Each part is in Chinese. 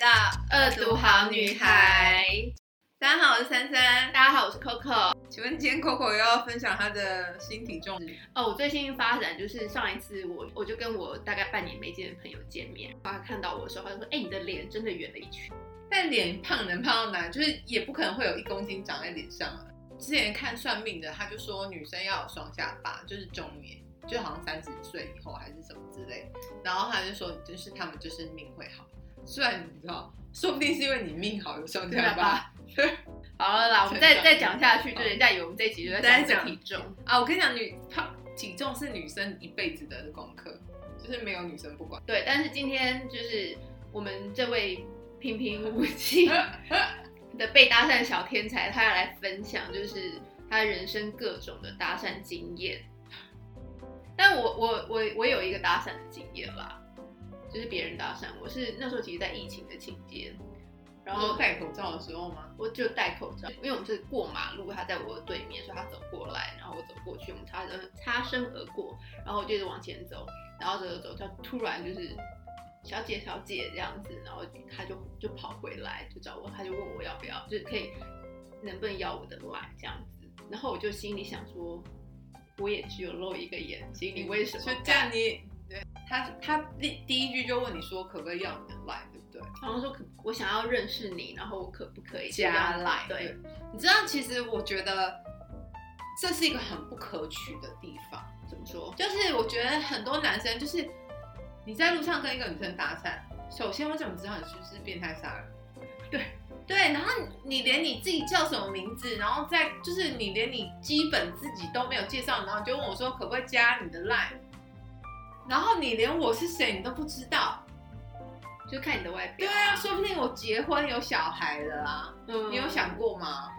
到恶毒好女孩。大家好，我是珊珊。大家好，我是 Coco。请问今天 Coco 要分享她的新体重？哦，我最近发展就是上一次我我就跟我大概半年没见的朋友见面，他看到我的时候，他就说：“哎、你的脸真的圆了一圈。但脸胖能胖到哪？就是也不可能会有一公斤长在脸上啊。之前看算命的，他就说女生要有双下巴，就是中年，就好像三十岁以后还是什么之类。然后他就说，就是他们就是命会好。虽然你知道，说不定是因为你命好有双下对吧 巴。对”好了啦，我们再再讲下去，就人家以为我们这一集就在讲体重。啊，我跟你讲，女胖体重是女生一辈子的功课，就是没有女生不管。对，但是今天就是我们这位平平无奇的被搭讪小天才，他要来分享就是他人生各种的搭讪经验。但我我我我有一个搭讪的经验啦，就是别人搭讪我是那时候其实在疫情的期间，然然后后戴口罩的时候吗？我就戴口罩，因为我们是过马路，他在我的对面，所以他走过来，然后我走过去，我们擦身擦身而过，然后我就一直往前走，然后走走走，他突然就是小姐小姐这样子，然后他就就跑回来就找我，他就问我要不要，就是可以能不能要我的 line 这样子，然后我就心里想说，我也只有露一个眼睛，你为什么就这样你？对他他第第一句就问你说可不可以要你的 line，对不对？然后说可我想要认识你，然后我可不可以这加样 line 对，你知道，其实我觉得这是一个很不可取的地方。怎么说？就是我觉得很多男生就是你在路上跟一个女生搭讪，首先我怎么知道你是不是变态杀人？对对，然后你连你自己叫什么名字，然后再就是你连你基本自己都没有介绍，然后你就问我说可不可以加你的 line，然后你连我是谁你都不知道。就看你的外对表。啊，说不定我结婚有小孩了啊，嗯你有想过吗？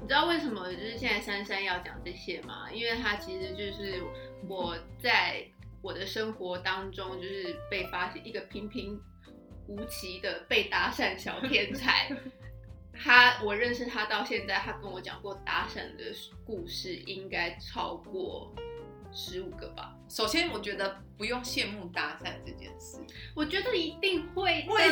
你知道为什么就是现在珊珊要讲这些吗？因为她其实就是我在我的生活当中，就是被发现一个平平无奇的被搭讪小天 才。他，我认识他到现在，他跟我讲过搭讪的故事应该超过十五个吧？首先，我觉得不用羡慕搭讪这件事，呃我觉得一定会的啊。为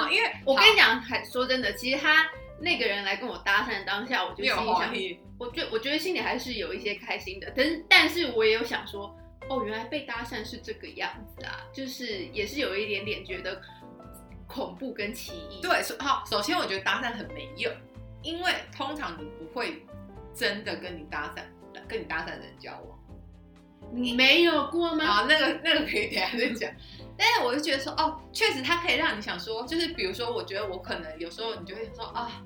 什么？因为我跟你讲，还说真的，其实他那个人来跟我搭讪当下，我就你心有里想怀，疑，我觉我觉得心里还是有一些开心的，但是但是我也有想说，哦，原来被搭讪是这个样子啊，就是也是有一点点觉得恐怖跟奇异。，对，首好，首先我觉得搭讪很没用，因为通常你不会真的跟你搭讪，跟你搭讪的人交往。你没有过吗？啊，那个那个可以等一下再讲。但是我就觉得说，哦，确实它可以让你想说，就是比如说，我觉得我可能有时候你就会想说啊，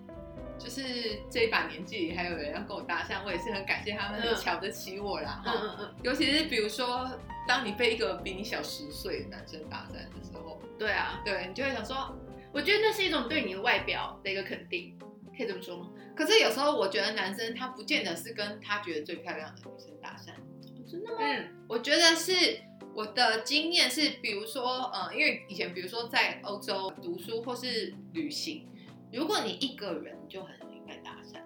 就是这一把年纪里还有人要跟我搭讪，我也是很感谢他们嗯瞧得起我啦。嗯哈嗯嗯，尤其是比如说，当你被一个比你小十岁的男生搭讪的时候，对啊，对你就会想说，我觉得那是一种对你的外表的一个肯定，可以这么说吗？可是有时候我觉得男生他不见得是跟他觉得最漂亮的女生搭讪。真的吗？嗯，我觉得是我的经验是，比如说，呃，因为以前比如说在欧洲读书或是旅行，如果你一个人就很容易被搭讪。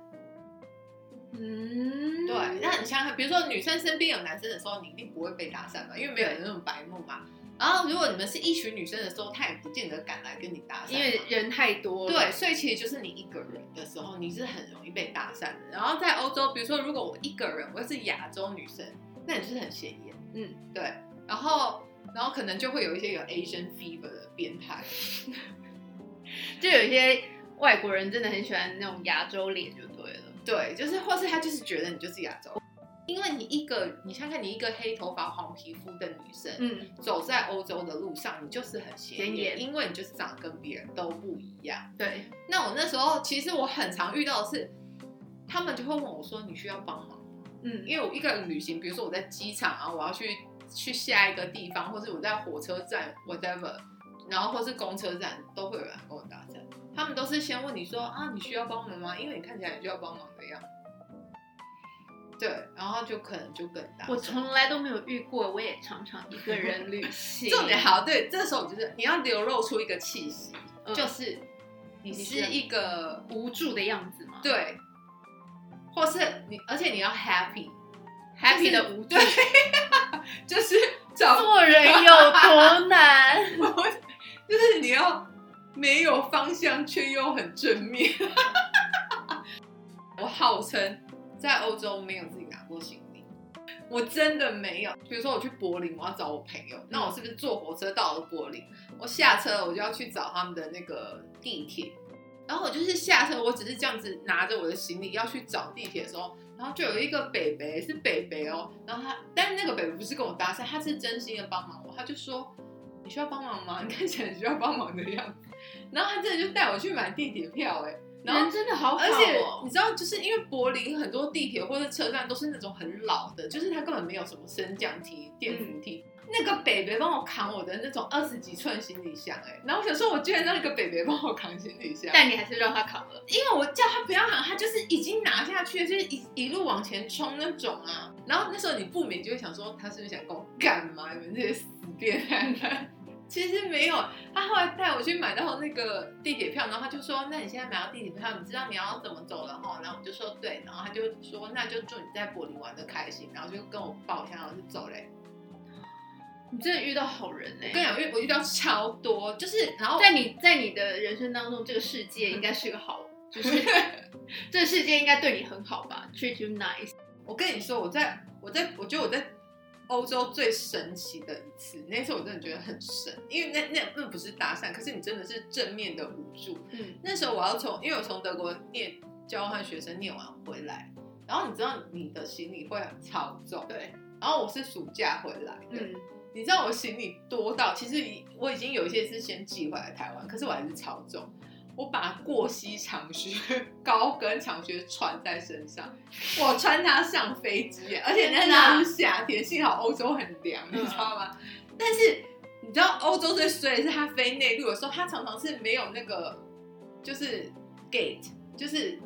嗯，对，那你想想，比如说女生身边有男生的时候，你一定不会被搭讪嘛，因为没有人那么白目嘛。然后如果你们是一群女生的时候，他也不见得敢来跟你搭讪嘛，因为人太多了，对，所以其实就是你一个人的时候，你是很容易被搭讪的。然后在欧洲，比如说如果我一个人，我又是亚洲女生，那你就是很显眼，嗯，对。然后，然后可能就会有一些有 Asian fever 的变态，就有一些外国人真的很喜欢那种亚洲脸，就对了。对，就是或是他就是觉得你就是亚洲，因为你一个，你看看你一个黑头发黄皮肤的女生，嗯，走在欧洲的路上，你就是很显显眼因为你就是长得跟别人都不一样。对，那我那时候其实我很常遇到的是，他们就会问我说：“你需要帮忙吗？”嗯，因为我一个人旅行，比如说我在机场啊，我要去去下一个地方，或是我在火车站 whatever，然后或是公车站，都会有人跟我搭讪。他们都是先问你说啊，你需要帮忙吗？因为你看起来很需要帮忙的样子。对，然后就可能就更搭讪。我从来都没有遇过，我也常常一个人 旅行。重点，好，对，这时候就是你要流露出一个气息，嗯就是你你是是一个无助的样子嘛。对，或是你，而且你要 happy，happy、 ，happy 的无助， 对，就是找做人有多难？ 就是你要没有方向却又很正面。我号称在欧洲没有自己拿过行李，我真的没有。比如说我去柏林，我要找我朋友，那我是不是坐火车到了柏林？我下车我就要去找他们的那个地铁，然后我就是下车，我只是这样子拿着我的行李要去找地铁的时候，然后就有一个北北是北北哦，然后他，但是那个北北不是跟我搭讪，他是真心的帮忙我，他就说你需要帮忙吗？你 看起来很需要帮忙的样子，然后他真的就带我去买地铁票，哎，然后 人真的好好、哦，而且你知道，就是因为柏林很多地铁或者车站都是那种很老的，就是它根本没有什么升降梯、电扶梯。那个北北帮我扛我的那种二十几寸行李箱、哎，然后我想说，我居然让那个北北帮我扛行李箱，但你还是让他扛了。因为我叫他不要喊，他就是已经拿下去了，就是一一路往前冲那种啊。然后那时候你不免就会想说，他是不是想跟我干嘛？你们这些死变态！其实没有，他后来带我去买到那个地铁票，然后他就说：“那你现在买到地铁票，你知道你要怎么走了哈？”然后我就说：“对。”然后他就说：“那就祝你在柏林玩的开心。”然后就跟我抱一下，然后就走嘞、你真的遇到好人哎、我跟你讲，因为我遇到超多，就是然后在你在你的人生当中，这个世界应该是个好，就是 这个世界应该对你很好吧，treat you nice。我跟你说，我在我在我觉得我在欧洲最神奇的一次，那次我真的觉得很神，因为那那那不是搭讪，可是你真的是正面的无助。嗯，那时候我要从，因为我从德国念交换学生念完回来，然后你知道你的行李会很超重，对，然后我是暑假回来的，嗯，你知道我行李多到，其实已我已经有一些是先寄回来台湾，可是我还是超重。我把过膝长靴、高跟长靴穿在身 上，我穿它上飞机耶，而且那天哪那是夏天，幸好欧洲很凉，你嗯知道吗？但是你知道欧洲最衰的是，它飞内陆的时候，它常常是没有那个就是 gate，就是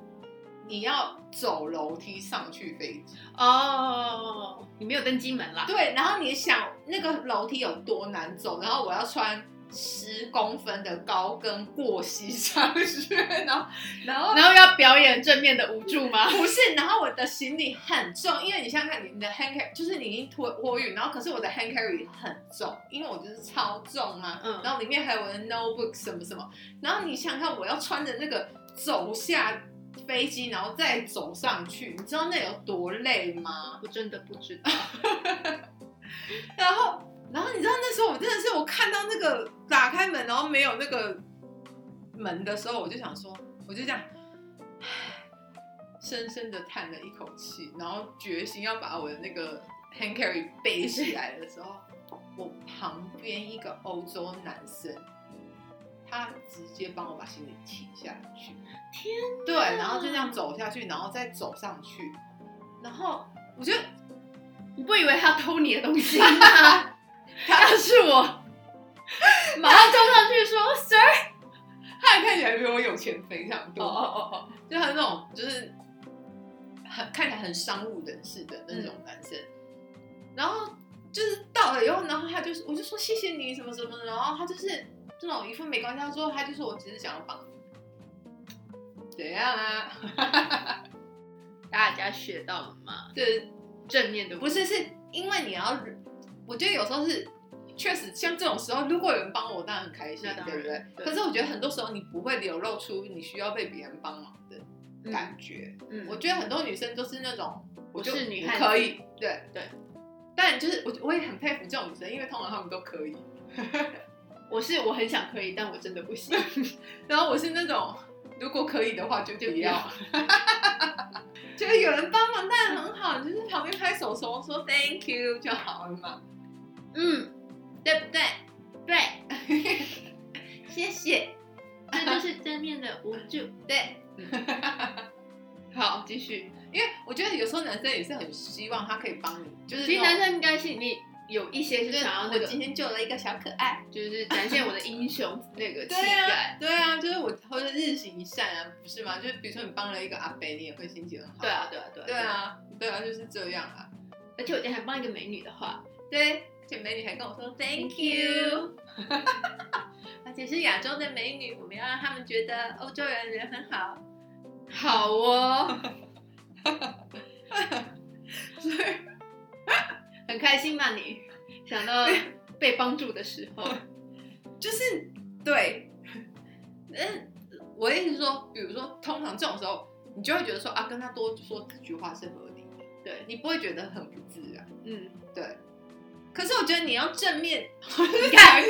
你要走楼梯上去飞机。哦，你没有登机门啦， 对，然后你想那个楼梯有多难走，然后我要穿十公分的高跟过膝上靴，然后 然后然后要表演正面的无助吗？不是，然后我的行李很重，因为你想想看，你的 hand carry 就是你已经托托运，然后可是我的 hand carry 很重，因为我就是超重啊，嗯然后里面还有我的 notebook 什么什么，然后你想想看，我要穿着那个走下飞机，然后再走上去，你知道那有多累吗？我真的不知道，然后，然后你知道那时候我真的是我看到那个打开门，然后没有那个门的时候，我就想说，我就这样，唉深深的叹了一口气，然后决心要把我的那个 hand carry 背起来的时候，我旁边一个欧洲男生。他直接帮我把行李提下去，天哪对，然后就这样走下去，然后再走上去，然后我就你不以为他偷你的东西吗？ 他要是我，马上冲上去说哦 Sir，他看起来比我有钱非常多，哦就他那种就是很看起来很商务人士的那嗯种男生。然后就是到了以后，然后他就是我就说谢谢你什么什么的，然后他就是这种一副没关系，他说他就说我只是想要帮你，怎样啊？哦，大家学到了吗？对，正面的无助不是是因为你要，我觉得有时候是。确实，像这种时候，如果有人帮我，当然很开心那，当然对不对？对可是我觉得很多时候你不会流露出你需要被别人帮忙的感觉，嗯我觉得很多女生都是那种，我就我是女我汉子可以，对对。但就是我，我也很佩服这种女生，因为通常她们都可以。我是我很想可以，但我真的不行，然后我是那种，如果可以的话就就就不不要要。 就是有人帮忙，但很好，你就是旁边拍手手说 thank you 就好了嘛，嗯，对不对？对，谢谢。这就是正面的无助。嗯对， 好，继续。因为我觉得有时候男生也是很希望他可以帮你，就是其实那男种生应该心里面有一些是就是想要那我个，今天救了一个小可爱。就是展现我的英雄那个气对啊概。，对啊，就是我或者日行一善啊，不是吗？就是比如说你帮了一个阿伯，你也会心情很好。对啊，对啊，对啊，对。啊，对啊，就是这样啊。而且我今天还帮一个美女的话对，而且美女还跟我说 “Thank you”，而且是亚洲的美女，我们要让他们觉得欧洲人人很好。好哦，所以很开心吧你？想到被帮助的时候，就是对， 嗯，我的意思是说，比如说，通常这种时候，你就会觉得说啊，跟他多说几句话是合理的，对，你不会觉得很不自然。 嗯，对。可是我觉得你要正面，你看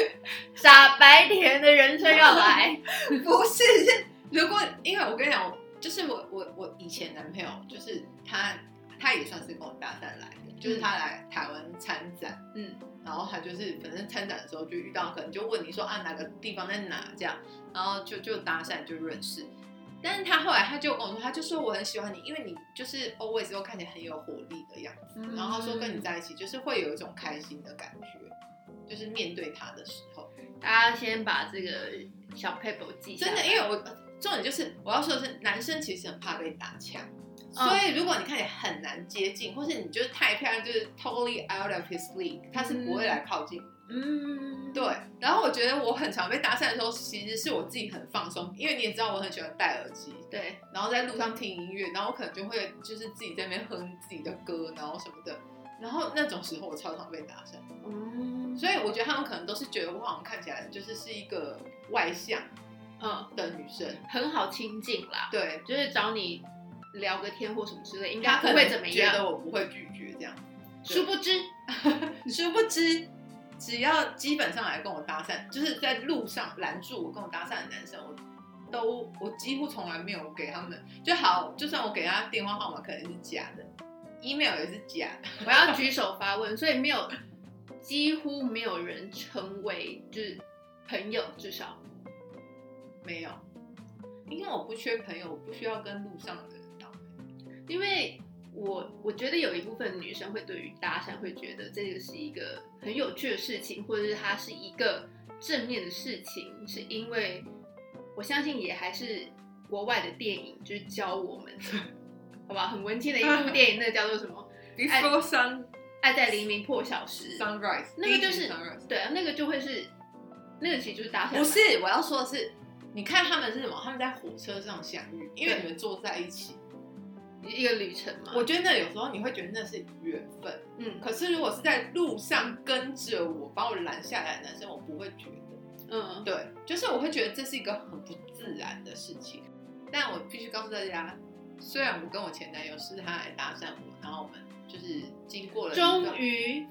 傻白甜的人生要 来，不是是，如果因为我跟你讲，我就是我我我以前男朋友，就是他他也算是跟我搭讪来的，就是他来台湾参展，嗯，然后他就是反正参展的时候就遇到，可能就问你说啊哪个地方在哪这样，然后就就搭讪就认识。但是他后来他就跟我说，他就说我很喜欢你，因为你就是 always 都看起来很有活力的样子，嗯然后他说跟你在一起就是会有一种开心的感觉，就是面对他的时候。大家先把这个小 paper 记嗯下真来，的，因为我呃重点就是我要说的是，男生其实很怕被打枪，嗯所以如果你看起来很难接近，或是你就是太漂亮，就是 totally out of his league，他是不会来靠近。嗯，对，然后我觉得我很常被搭讪的时候，其实是我自己很放松，因为你也知道我很喜欢戴耳机，对，然后在路上听音乐，然后我可能就会就是自己在那边哼自己的歌，然后什么的。然后那种时候我超常被搭讪，嗯，所以我觉得他们可能都是觉得我好像看起来就是是一个外向嗯，的女生，很好亲近啦，对，就是找你聊个天或什么之类，应他该不可能会怎么觉样。得我不会拒绝 这样。对殊不知，殊不知，只要基本上来跟我搭讪，就是在路上拦住我跟我搭讪的男生，我都我几乎从来没有给他们就好，就算我给他电话号码可能是假的，email 也是假的，我要举手发问，所以没有，几乎没有人成为就是朋友，至少没有，因为我不缺朋友，我不需要跟路上的人当朋友。因为我我觉得有一部分女生会对于搭讪会觉得这个是一个很有趣的事情，或者是它是一个正面的事情，是因为我相信也还是国外的电影就是教我们的， 好吧，很文青的一部电影，那个叫做什么？ Before sun 爱在黎明破晓时。 sunrise，那个就第一是集 sunrise 对啊，那个就会是，那个其实就是搭讪。不，是我要说的是，你看他们是什么？他们在火车上相遇，因为对你们坐在一起。一个旅程嘛。我觉得那有时候你会觉得那是缘分，嗯可是如果是在路上跟着我把我拦下来的男生，我不会觉得，嗯，对，就是我会觉得这是一个很不自然的事情。但我必须告诉大家，虽然我跟我前男友是他来搭讪我，然后我们就是经过了一段终，于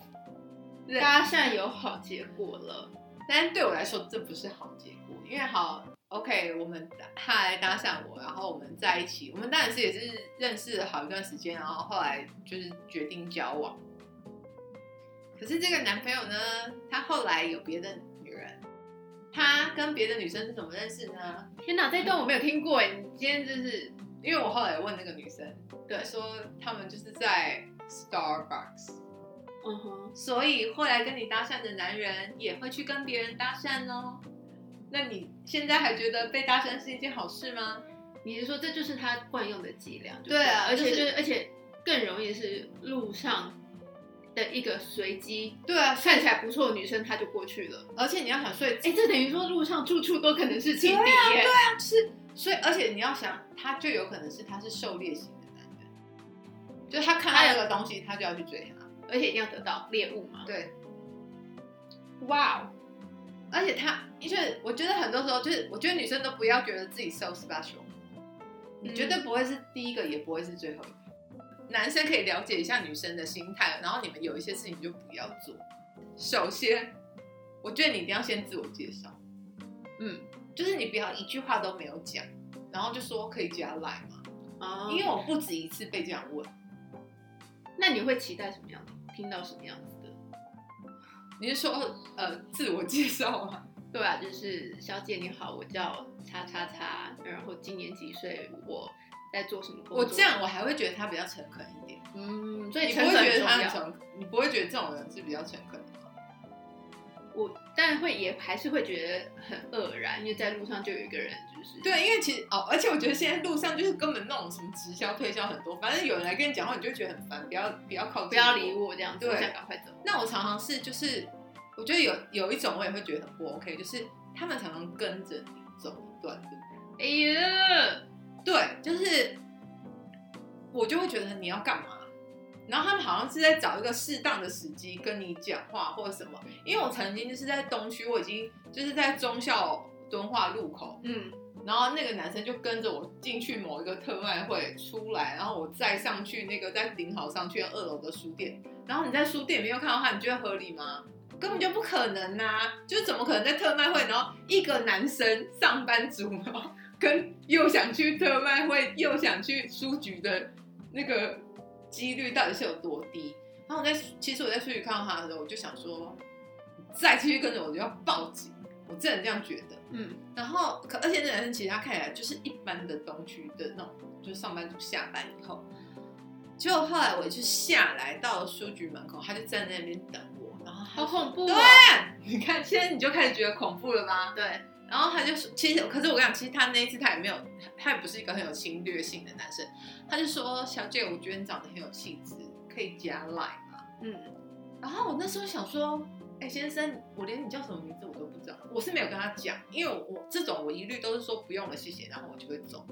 对搭讪有好结果了。但是对我来说这不是好结果，因为好，OK，我们他来搭讪我，然后我们在一起，我们当然是也是认识了好一段时间，然后后来就是决定交往。可是这个男朋友呢，他后来有别的女人，他跟别的女生是怎么认识呢？天哪，这一段我没有听过哎，你今天就是因为我后来问那个女生，对她说他们就是在 Starbucks，嗯哼，所以后来跟你搭讪的男人也会去跟别人搭讪哦。那你现在还觉得被搭讪是一件好事吗？你是说这就是他惯用的伎俩？就对啊而且就是而且更容易是路上的一个随机。对啊，看起来不错的女生，她就过去了。而且你要想，所以哎、这等于说路上处处都可能是情敌啊耶、是，所以而且你要想，他就有可能是他是狩猎型的男人，就是他看到那个东西，他就要去追他。而且一定要得到猎物嘛。对，哇哦，而且他，就是我觉得很多时候就是，我觉得女生都不要觉得自己 so special，你嗯绝对不会是第一个，也不会是最后一个。男生可以了解一下女生的心态，然后你们有一些事情就不要做。首先，我觉得你一定要先自我介绍，嗯，就是你不要一句话都没有讲，然后就说可以加 line 吗？哦，因为我不止一次被这样问。那你会期待什么样的？听到什么样子的？你是说呃自我介绍吗？对啊，就是小姐你好，我叫叉叉叉，然后今年几岁，我在做什么工作？我这，样我还会觉得他比较诚恳一点，嗯，所以你不诚会恳觉得很重他很要。诚恳，你不会觉得这种人是比较诚恳的吗？我但会也还是会觉得很愕然，因为在路上就有一个人就是对，因为其实哦，而且我觉得现在路上就是根本那种什么直销推销很多，反正有人来跟你讲话，你就会觉得很烦，不要不要靠近，不要理。我这样子，对我想赶快走。那我常常是就是，我觉得有有一种我也会觉得很不 OK，就是他们常常跟着你走一段路。哎呀，对，就是我就会觉得你要干嘛，然后他们好像是在找一个适当的时机跟你讲话或者什么。因为我曾经就是在东区，我已经就是在忠孝敦化路口，嗯，然后那个男生就跟着我进去某一个特卖会出来，然后我再上去那个在顶好上去的二楼的书店，然后你在书店里面又看到他，你觉得合理吗？根本就不可能呐、就怎么可能在特卖会，然后一个男生上班族，然后跟又想去特卖会又想去书局的那个几率到底是有多低？然后我在其实我在书局看到他的时候，我就想说，再继续跟着我就要报警，我真的这样觉得。嗯，然后，可而且那男生其实他看起来就是一般的东区的那种，就是上班族下班以后，结果后来我就下来到了书局门口，他就站在那边等我，然后他好就说恐怖、哦。你看现在你就开始觉得恐怖了吧？对，然后他就说，其实可是我跟你讲，其实他那一次他也没有，他也不是一个很有侵略性的男生，他就说：“小姐，我觉得你长得很有气质，可以加 line 吗嗯，？”然后我那时候想说。哎、先生，我连你叫什么名字我都不知道，我是没有跟他讲，因为我我这种我一律都是说不用了，谢谢，然后我就会走。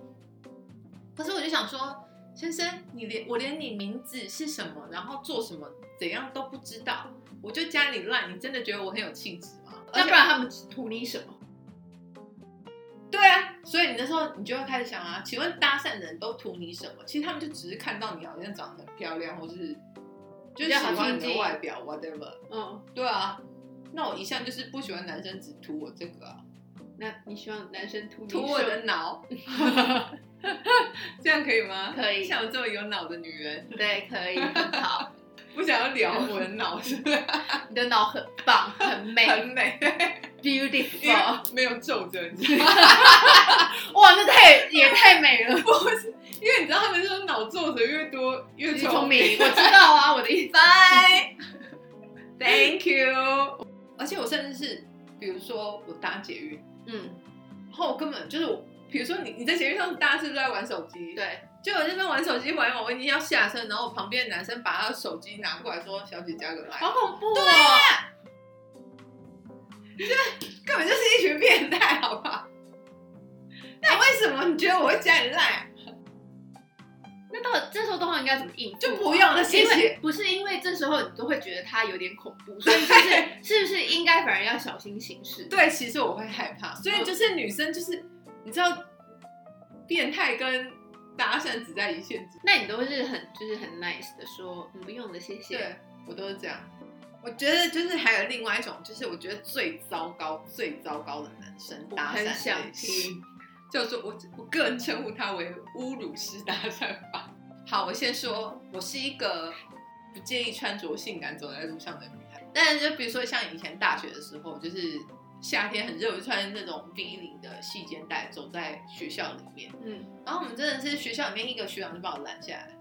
可是我就想说，先生，你连我连你名字是什么，然后做什么，怎样都不知道，我就加你 line，你真的觉得我很有气质吗？啊那不然他们图你什么？对啊，所以你那时候你就会开始想啊，请问搭讪的人都图你什么？其实他们就只是看到你好像长得很漂亮，或是就是喜欢你的外表，whatever。嗯，对啊，那我一向就是不喜欢男生只图我这个啊，那你希望男生图你图我什么的 脑，这样可以吗？可以像我这么有脑的女人，对，可以，很好，不想要聊我的脑 是不是你的脑很棒，很美 很美，因为，beautiful。没有皱褶，你知道吗？哇，那太也太美了，因为你知道他们说脑皱褶越多越你聪聪明，我知道啊，我的意思。拜 ，Thank you。而且我甚至是，比如说我搭捷运，嗯，然后我根本就是我，比如说你你在捷运上，大家是不是在玩手机？，对，就我这边玩手机玩一玩，我已经要下车，然后我旁边的男生把他的手机拿过来说：“小姐加个 line。好恐怖啊哦。根本就是一群变态，好不好？那为什么你觉得我会加你 line？那到底这时候的话应该怎么应付啊？就不用了谢谢因为不是因为这时候你都会觉得他有点恐怖，所以 就是是不是应该反而要小心行事？，对，其实我会害怕，所以就是女生就是你知道，变态跟搭讪只在一线之那你都是很就是很 nice 的说，嗯，不用了，谢谢。对我都是这样。我觉得就是还有另外一种，就是我觉得最糟糕、最糟糕的男生我搭讪很类想型听，叫做我我个人称呼他为侮辱式搭讪法。好，我先说，我是一个不介意穿着性感走在路上的女孩，但是就比如说像以前大学的时候，就是夏天很热，我就穿那种 V 领的细肩带走在学校里面，嗯，然后我们真的是学校里面一个学长就把我拦下来，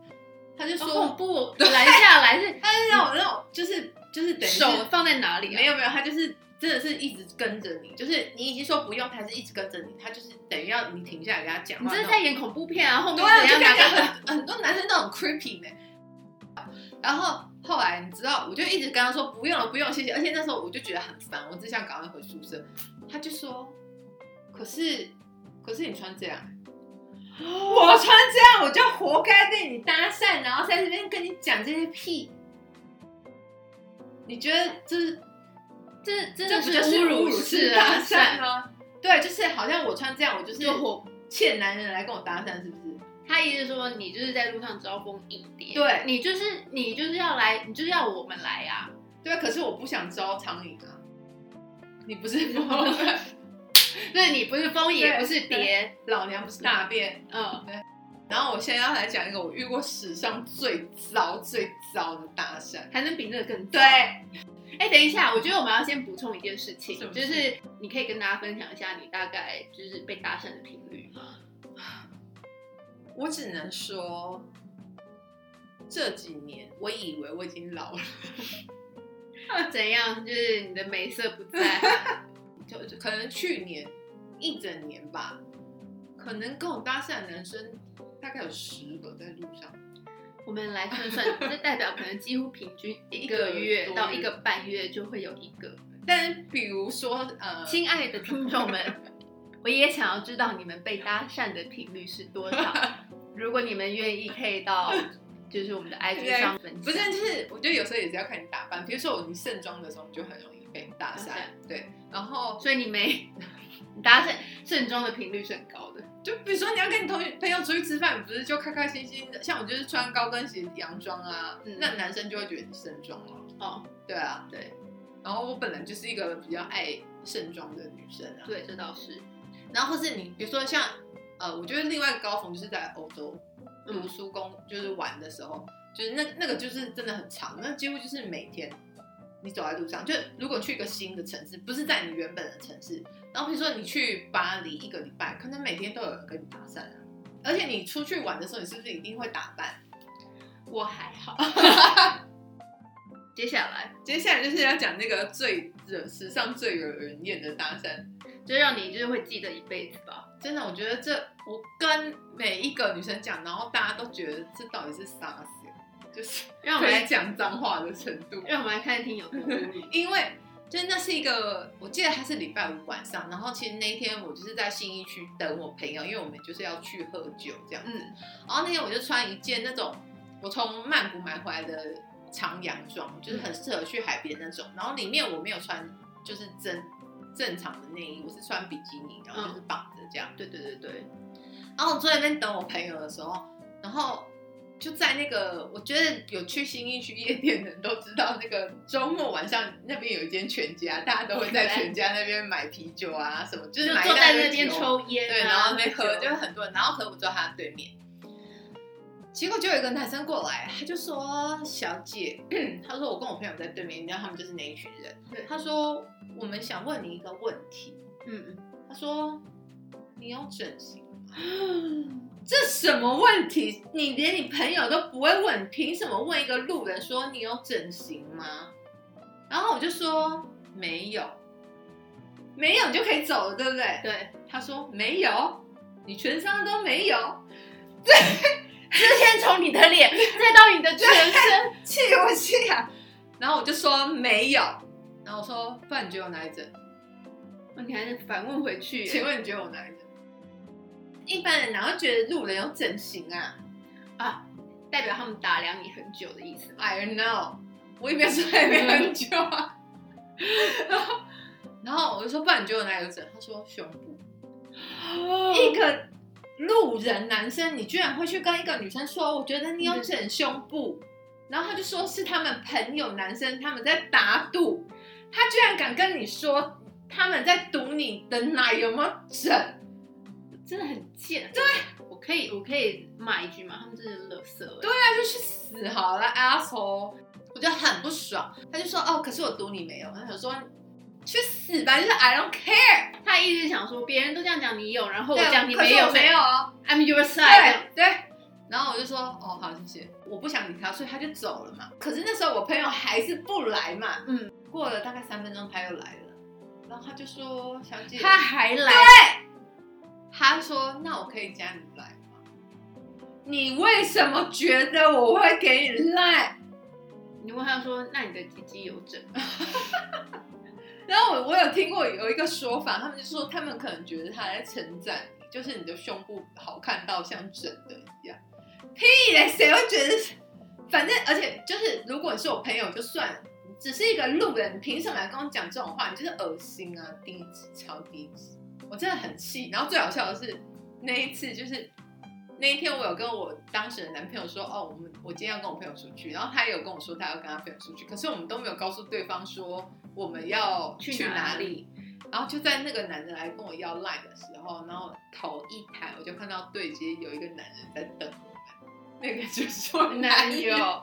他就好说、恐怖，哦拦下嗯来是他是让我让我就是就是等于是手放在哪里啊？没有没有，他就是真的是一直跟着你，就是你已经说不用，他是一直跟着你，他就是等于要你停下来跟他讲你话这那种。是在演恐怖片啊？后面对啊，就怎样感觉拿个？很很多男生都很 creepy 呢、然后后来你知道，我就一直跟他说不用了，不用谢谢。而且那时候我就觉得很烦，我只想赶快回宿舍。他就说，可是可是你穿这样。欸我穿这样，我就活该被你搭讪，然后在这边跟你讲这些屁。你觉得这是这这真的不就是侮辱式啊式搭讪啊搭讪，吗？对，就是好像我穿这样，我就是就火。欠男人来跟我搭讪，是不是？他意思是说你就是在路上招蜂引蝶，对你就是你就是要来，你就是要我们来啊呀、对，啊可是我不想招苍蝇啊。你不是猫，对你不是蜂也对不是蝶，老娘不是大便。嗯，然后我现在要来讲一个我遇过史上最糟、最糟的搭讪。还能比这个更糟对，哎、等一下，我觉得我们要先补充一件事情，什么就事是你可以跟大家分享一下你大概就是被搭讪的频率 吗？我只能说，这几年我以为我已经老了，怎样？就是你的美色不 在，就可能去年一整年吧，可能跟我搭讪的男生大概有十个在路上。我们来算算，这代表可能几乎平均一个月一个多月到一个半月就会有一个。但比如说，呃，亲爱的听 众们，我也想要知道你们被搭讪的频率是 多少。如果你们愿意，可以到就是我们的 IG 上分享。不是，就是我觉得有时候也是要看你打扮。比如说我你盛装的时候，你就很容易被搭搭讪。对，然后所以你没 你搭讪，正装的频率是很高的。就比如说你要跟你同学朋友出去吃饭，你不是就开开心心的？像我就是穿高跟鞋、洋装啊，嗯那男生就会觉得你盛装了。哦，对啊，对。然后我本来就是一个比较爱盛装的女生啊。对，这倒是。然后或是你比如说像呃，我觉得另外一个高峰就是在欧洲读嗯，书工就是玩的时候，就是那那个就是真的很长，那几乎就是每天你走在路上，就如果去一个新的城市，不是在你原本的城市，然后比如说你去巴黎一个礼拜，可能每天都有人跟你搭讪啊，而且你出去玩的时候，你是不是一定会打扮？我还 好。接下来接下来就是要讲那个最惹史上最惹人厌的搭讪，就让你就是会记得一辈子吧。真的，我觉得这我跟每一个女生讲，然后大家都觉得这到底是傻死，就是让我可们以来，讲脏话的程度。让我们来看听有多 无语。因为就是那是一个，我记得他是礼拜五晚上，然后其实那一天我就是在信义区等我朋友，因为我们就是要去喝酒这样子。嗯然后那天我就穿一件那种我从曼谷买回来的长洋装，就是嗯很适合去海边那种。然后里面我没有穿就是正正常的内衣，我是穿比基尼，然后就是绑着这样。嗯对对对对，然后我坐在那边等我朋友的时候，然后就在那个，我觉得有去新一区夜店的人都知道，那个周末晚上那边有一间全家，大家都会在全家那边买啤酒啊什么，就就是买一坐大在堆那边酒抽烟、啊，对，然后那边喝，酒就是很多人，然后可我坐在他的对面。结果就有一个男生过来，他就说：“小姐， 他说我跟我朋友在对面，你知道他们就是那一群人对。他说我们想问你一个问题。嗯他说你有整形吗嗯， 这什么问题？你连你朋友都不会问，你凭什么问一个路人说你有整形吗？然后我就说没有，没有你就可以走了，对不对？对，他说没有，你全身都没有，就先从你的脸，再到你的全身，气不气啊？然后我就说没有，然后我说不然你觉得我哪里整？ 哦你还是反问回去耶。请问你觉得我哪里整？一般人哪会觉得路人有整形啊啊，代表他们打量你很久的意思吗？ ？I don't know，我也没有说还没很久 啊。然后，然后我就说不然你觉得我哪里有整？他说胸部。一个路人男生，你居然会去跟一个女生说，我觉得你有整胸部，然后他就说是他们朋友男生他们在打赌，他居然敢跟你说他们在赌你的奶有没有整，真的很贱。对，我可以，我可以骂一句吗？他们真的是欸垃圾。对，那就去死好了，asshole！我就很不爽，他就说哦，可是我赌你没有，他想说去死吧，就是 I don't care，啊他一直想说别人都这样讲你有，然后我我讲你没有有，没有哦。 ，I'm your side。对对。然后我就说，哦，好，谢谢，我不想理他，所以他就走了嘛。可是那时候我朋友还是不来嘛，嗯，过了大概三分钟他又来了，然后他就说，小姐，他还来，他说，那我可以加你来吗？你为什么觉得我会给你赖？你问他说，那你的鸡鸡有整？ 然后我我有听过有一个说法，他们就说他们可能觉得他在称赞你，就是你的胸部好看到像整的一样。屁嘞，谁会觉得是？反正而且就是，如果你是我朋友就算了，你只是一个路人，你凭什么来跟我讲这种话？你就是恶心啊，低级，超低级！我真的很气。然后最好笑的是那一次，就是那一天我有跟我当时的男朋友说，哦，我们我今天要跟我朋友出去，然后他也有跟我说他要跟他朋友出去，可是我们都没有告诉对方说我们要去去哪哪里。然后就在那个男的来跟我要赖的时候，然后头一抬，我就看到对街有一个男人在等我们，那个就是我 男友。友，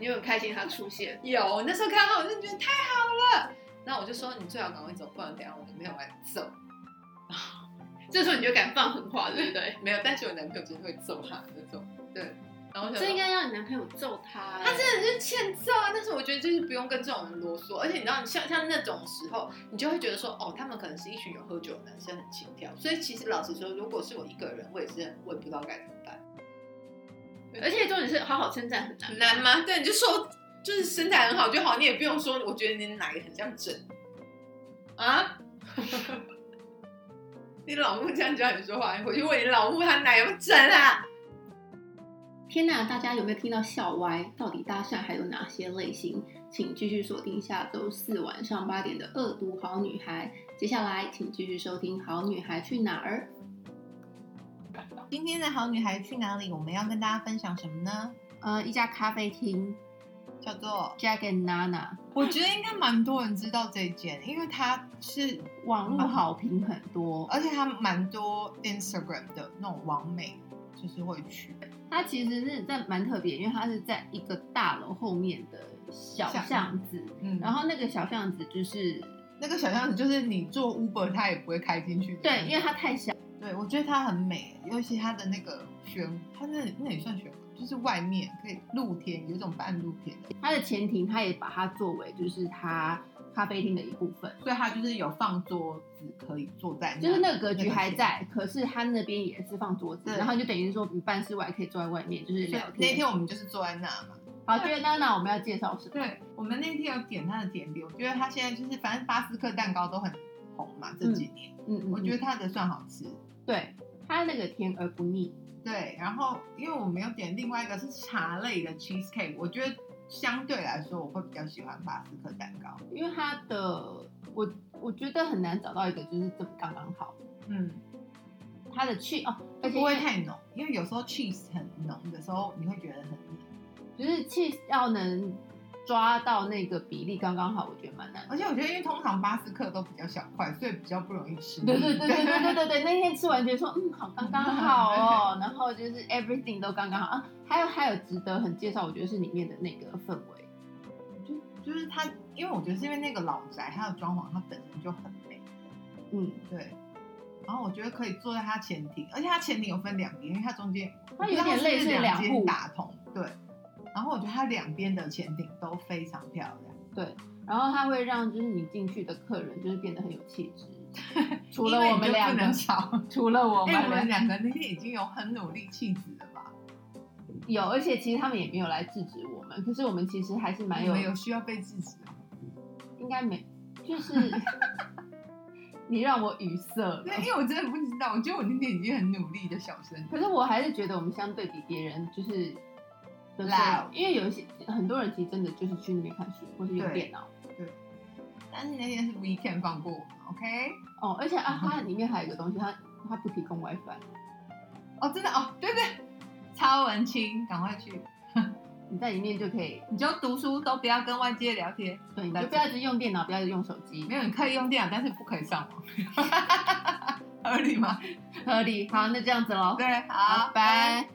你有很开心他出现，有，我那时候看到我就觉得太好了。然后我就说你最好赶快走，不然等一下我的朋友来揍。这时候你就敢放狠话，对不对？没有，但是我男朋友真的会揍他那种。对，然后我想说这应该让你男朋友揍他。他真的是欠揍啊！但是我觉得就是不用跟这种人啰嗦，而且你知道，你像像那种时候，你就会觉得说，哦，他们可能是一群有喝酒的男生，很轻佻。所以其实老实说，如果是我一个人，我也是我也不知道该怎么办，而且重点是好好称赞很难，很难吗？对，你就说就是身材很好就好，你也不用说，我觉得你的奶很像整啊。 你老母这样教你说话，你回去问你老母，他奶有没有整啊？天呐，大家有没有听到笑歪？到底搭讪还有哪些类型？请继续锁定下周四晚上八点的《恶毒好女孩》，接下来请继续收听《好女孩去哪儿》。今天的好女孩去哪里？我们要跟大家分享什么呢？呃，一家咖啡厅叫做， Jack and Nana，我觉得应该蛮多人知道这一间，因为它是，网络好评很多。呃而且它蛮多 Instagram 的那种网美，就是会去它其实是在蛮特别，因为它是在一个大楼后面的小巷巷子，嗯然后那个小巷子就是那个小巷子就是你坐 Uber 它也不会开进去。对，因为它太小，对，我觉得它很美，尤其它的那个悬，它那那也算悬，就是外面可以露天，有一种半露天的，它的前庭它也把它作为就是它咖啡厅的一部分，所以它就是有放桌子可以坐在，就是那个格局还。在，可是它那边也是放桌子，对然后就等于说你办事外可以坐在外面就是所以聊那天。天我们就是坐在那嘛，好，觉得娜娜我们要介绍什么？对我们那天有点它的甜点，我觉得它现在就是反正巴斯克蛋糕都很红嘛，这几年、嗯嗯，我觉得得它的算好吃。对，它那个甜而不腻，对，然后因为我们有点另外一个是茶类的 cheesecake，我觉得相对来说我会比较喜欢巴斯克蛋糕。因为它的我我觉得很难找到一个就是这么刚刚好，嗯，它的去哦，而且不会因为太浓，因为有时候 cheese 很浓的时候，你会觉得很腻。就是气要能抓到那个比例刚刚好，我觉得蛮难的。而且我觉得，因为通常巴斯克都比较小块，所以比较不容易吃腻。对对对对对对对对，那天吃完觉得说，嗯，好刚刚好哦，然后就是 everything 都刚刚好啊。还有还有值得很介绍，我觉得是里面的那个氛围， 就就是它，因为我觉得是因为那个老宅它的装潢它本身就很美，嗯，对。然后我觉得可以坐在它前庭，而且它前庭有分两边，因为它中间它有点类似我不知道它是不是两户间打通，对。然后我觉得它两边的前庭都非常漂亮，然后它会让就是你进去的客人就是变得很有气质，除了因为我们你就两不个能，少，除了我因为我们们两两个个那天已经有很努力气质了吧？有，而且其实他们也没有来制止我们，可是我们其实还是蛮你有们有需要被制止 吗？应该没，就是你让我语塞了。对，因为我真的不知道，我觉得我那天已经很努力的小声。可是我还是觉得我们相对比别人就是的 Loud 因为有一些很多人其实真的就是去那边看书或是用对电脑但是那天是 weekend 放过我们，OK？哦，而且嗯啊，它里面还有一个东西，它它不提供 WiFi，哦，真的哦，对对，超文青，赶快去，你在里面就可以，你就读书都不要跟外界聊天，对，你了就解不要一直用电脑，不要一直用手机没，有，你可以用电脑，但是不可以上网， 合理吗？合理。好，那这样子喽，对，好，拜。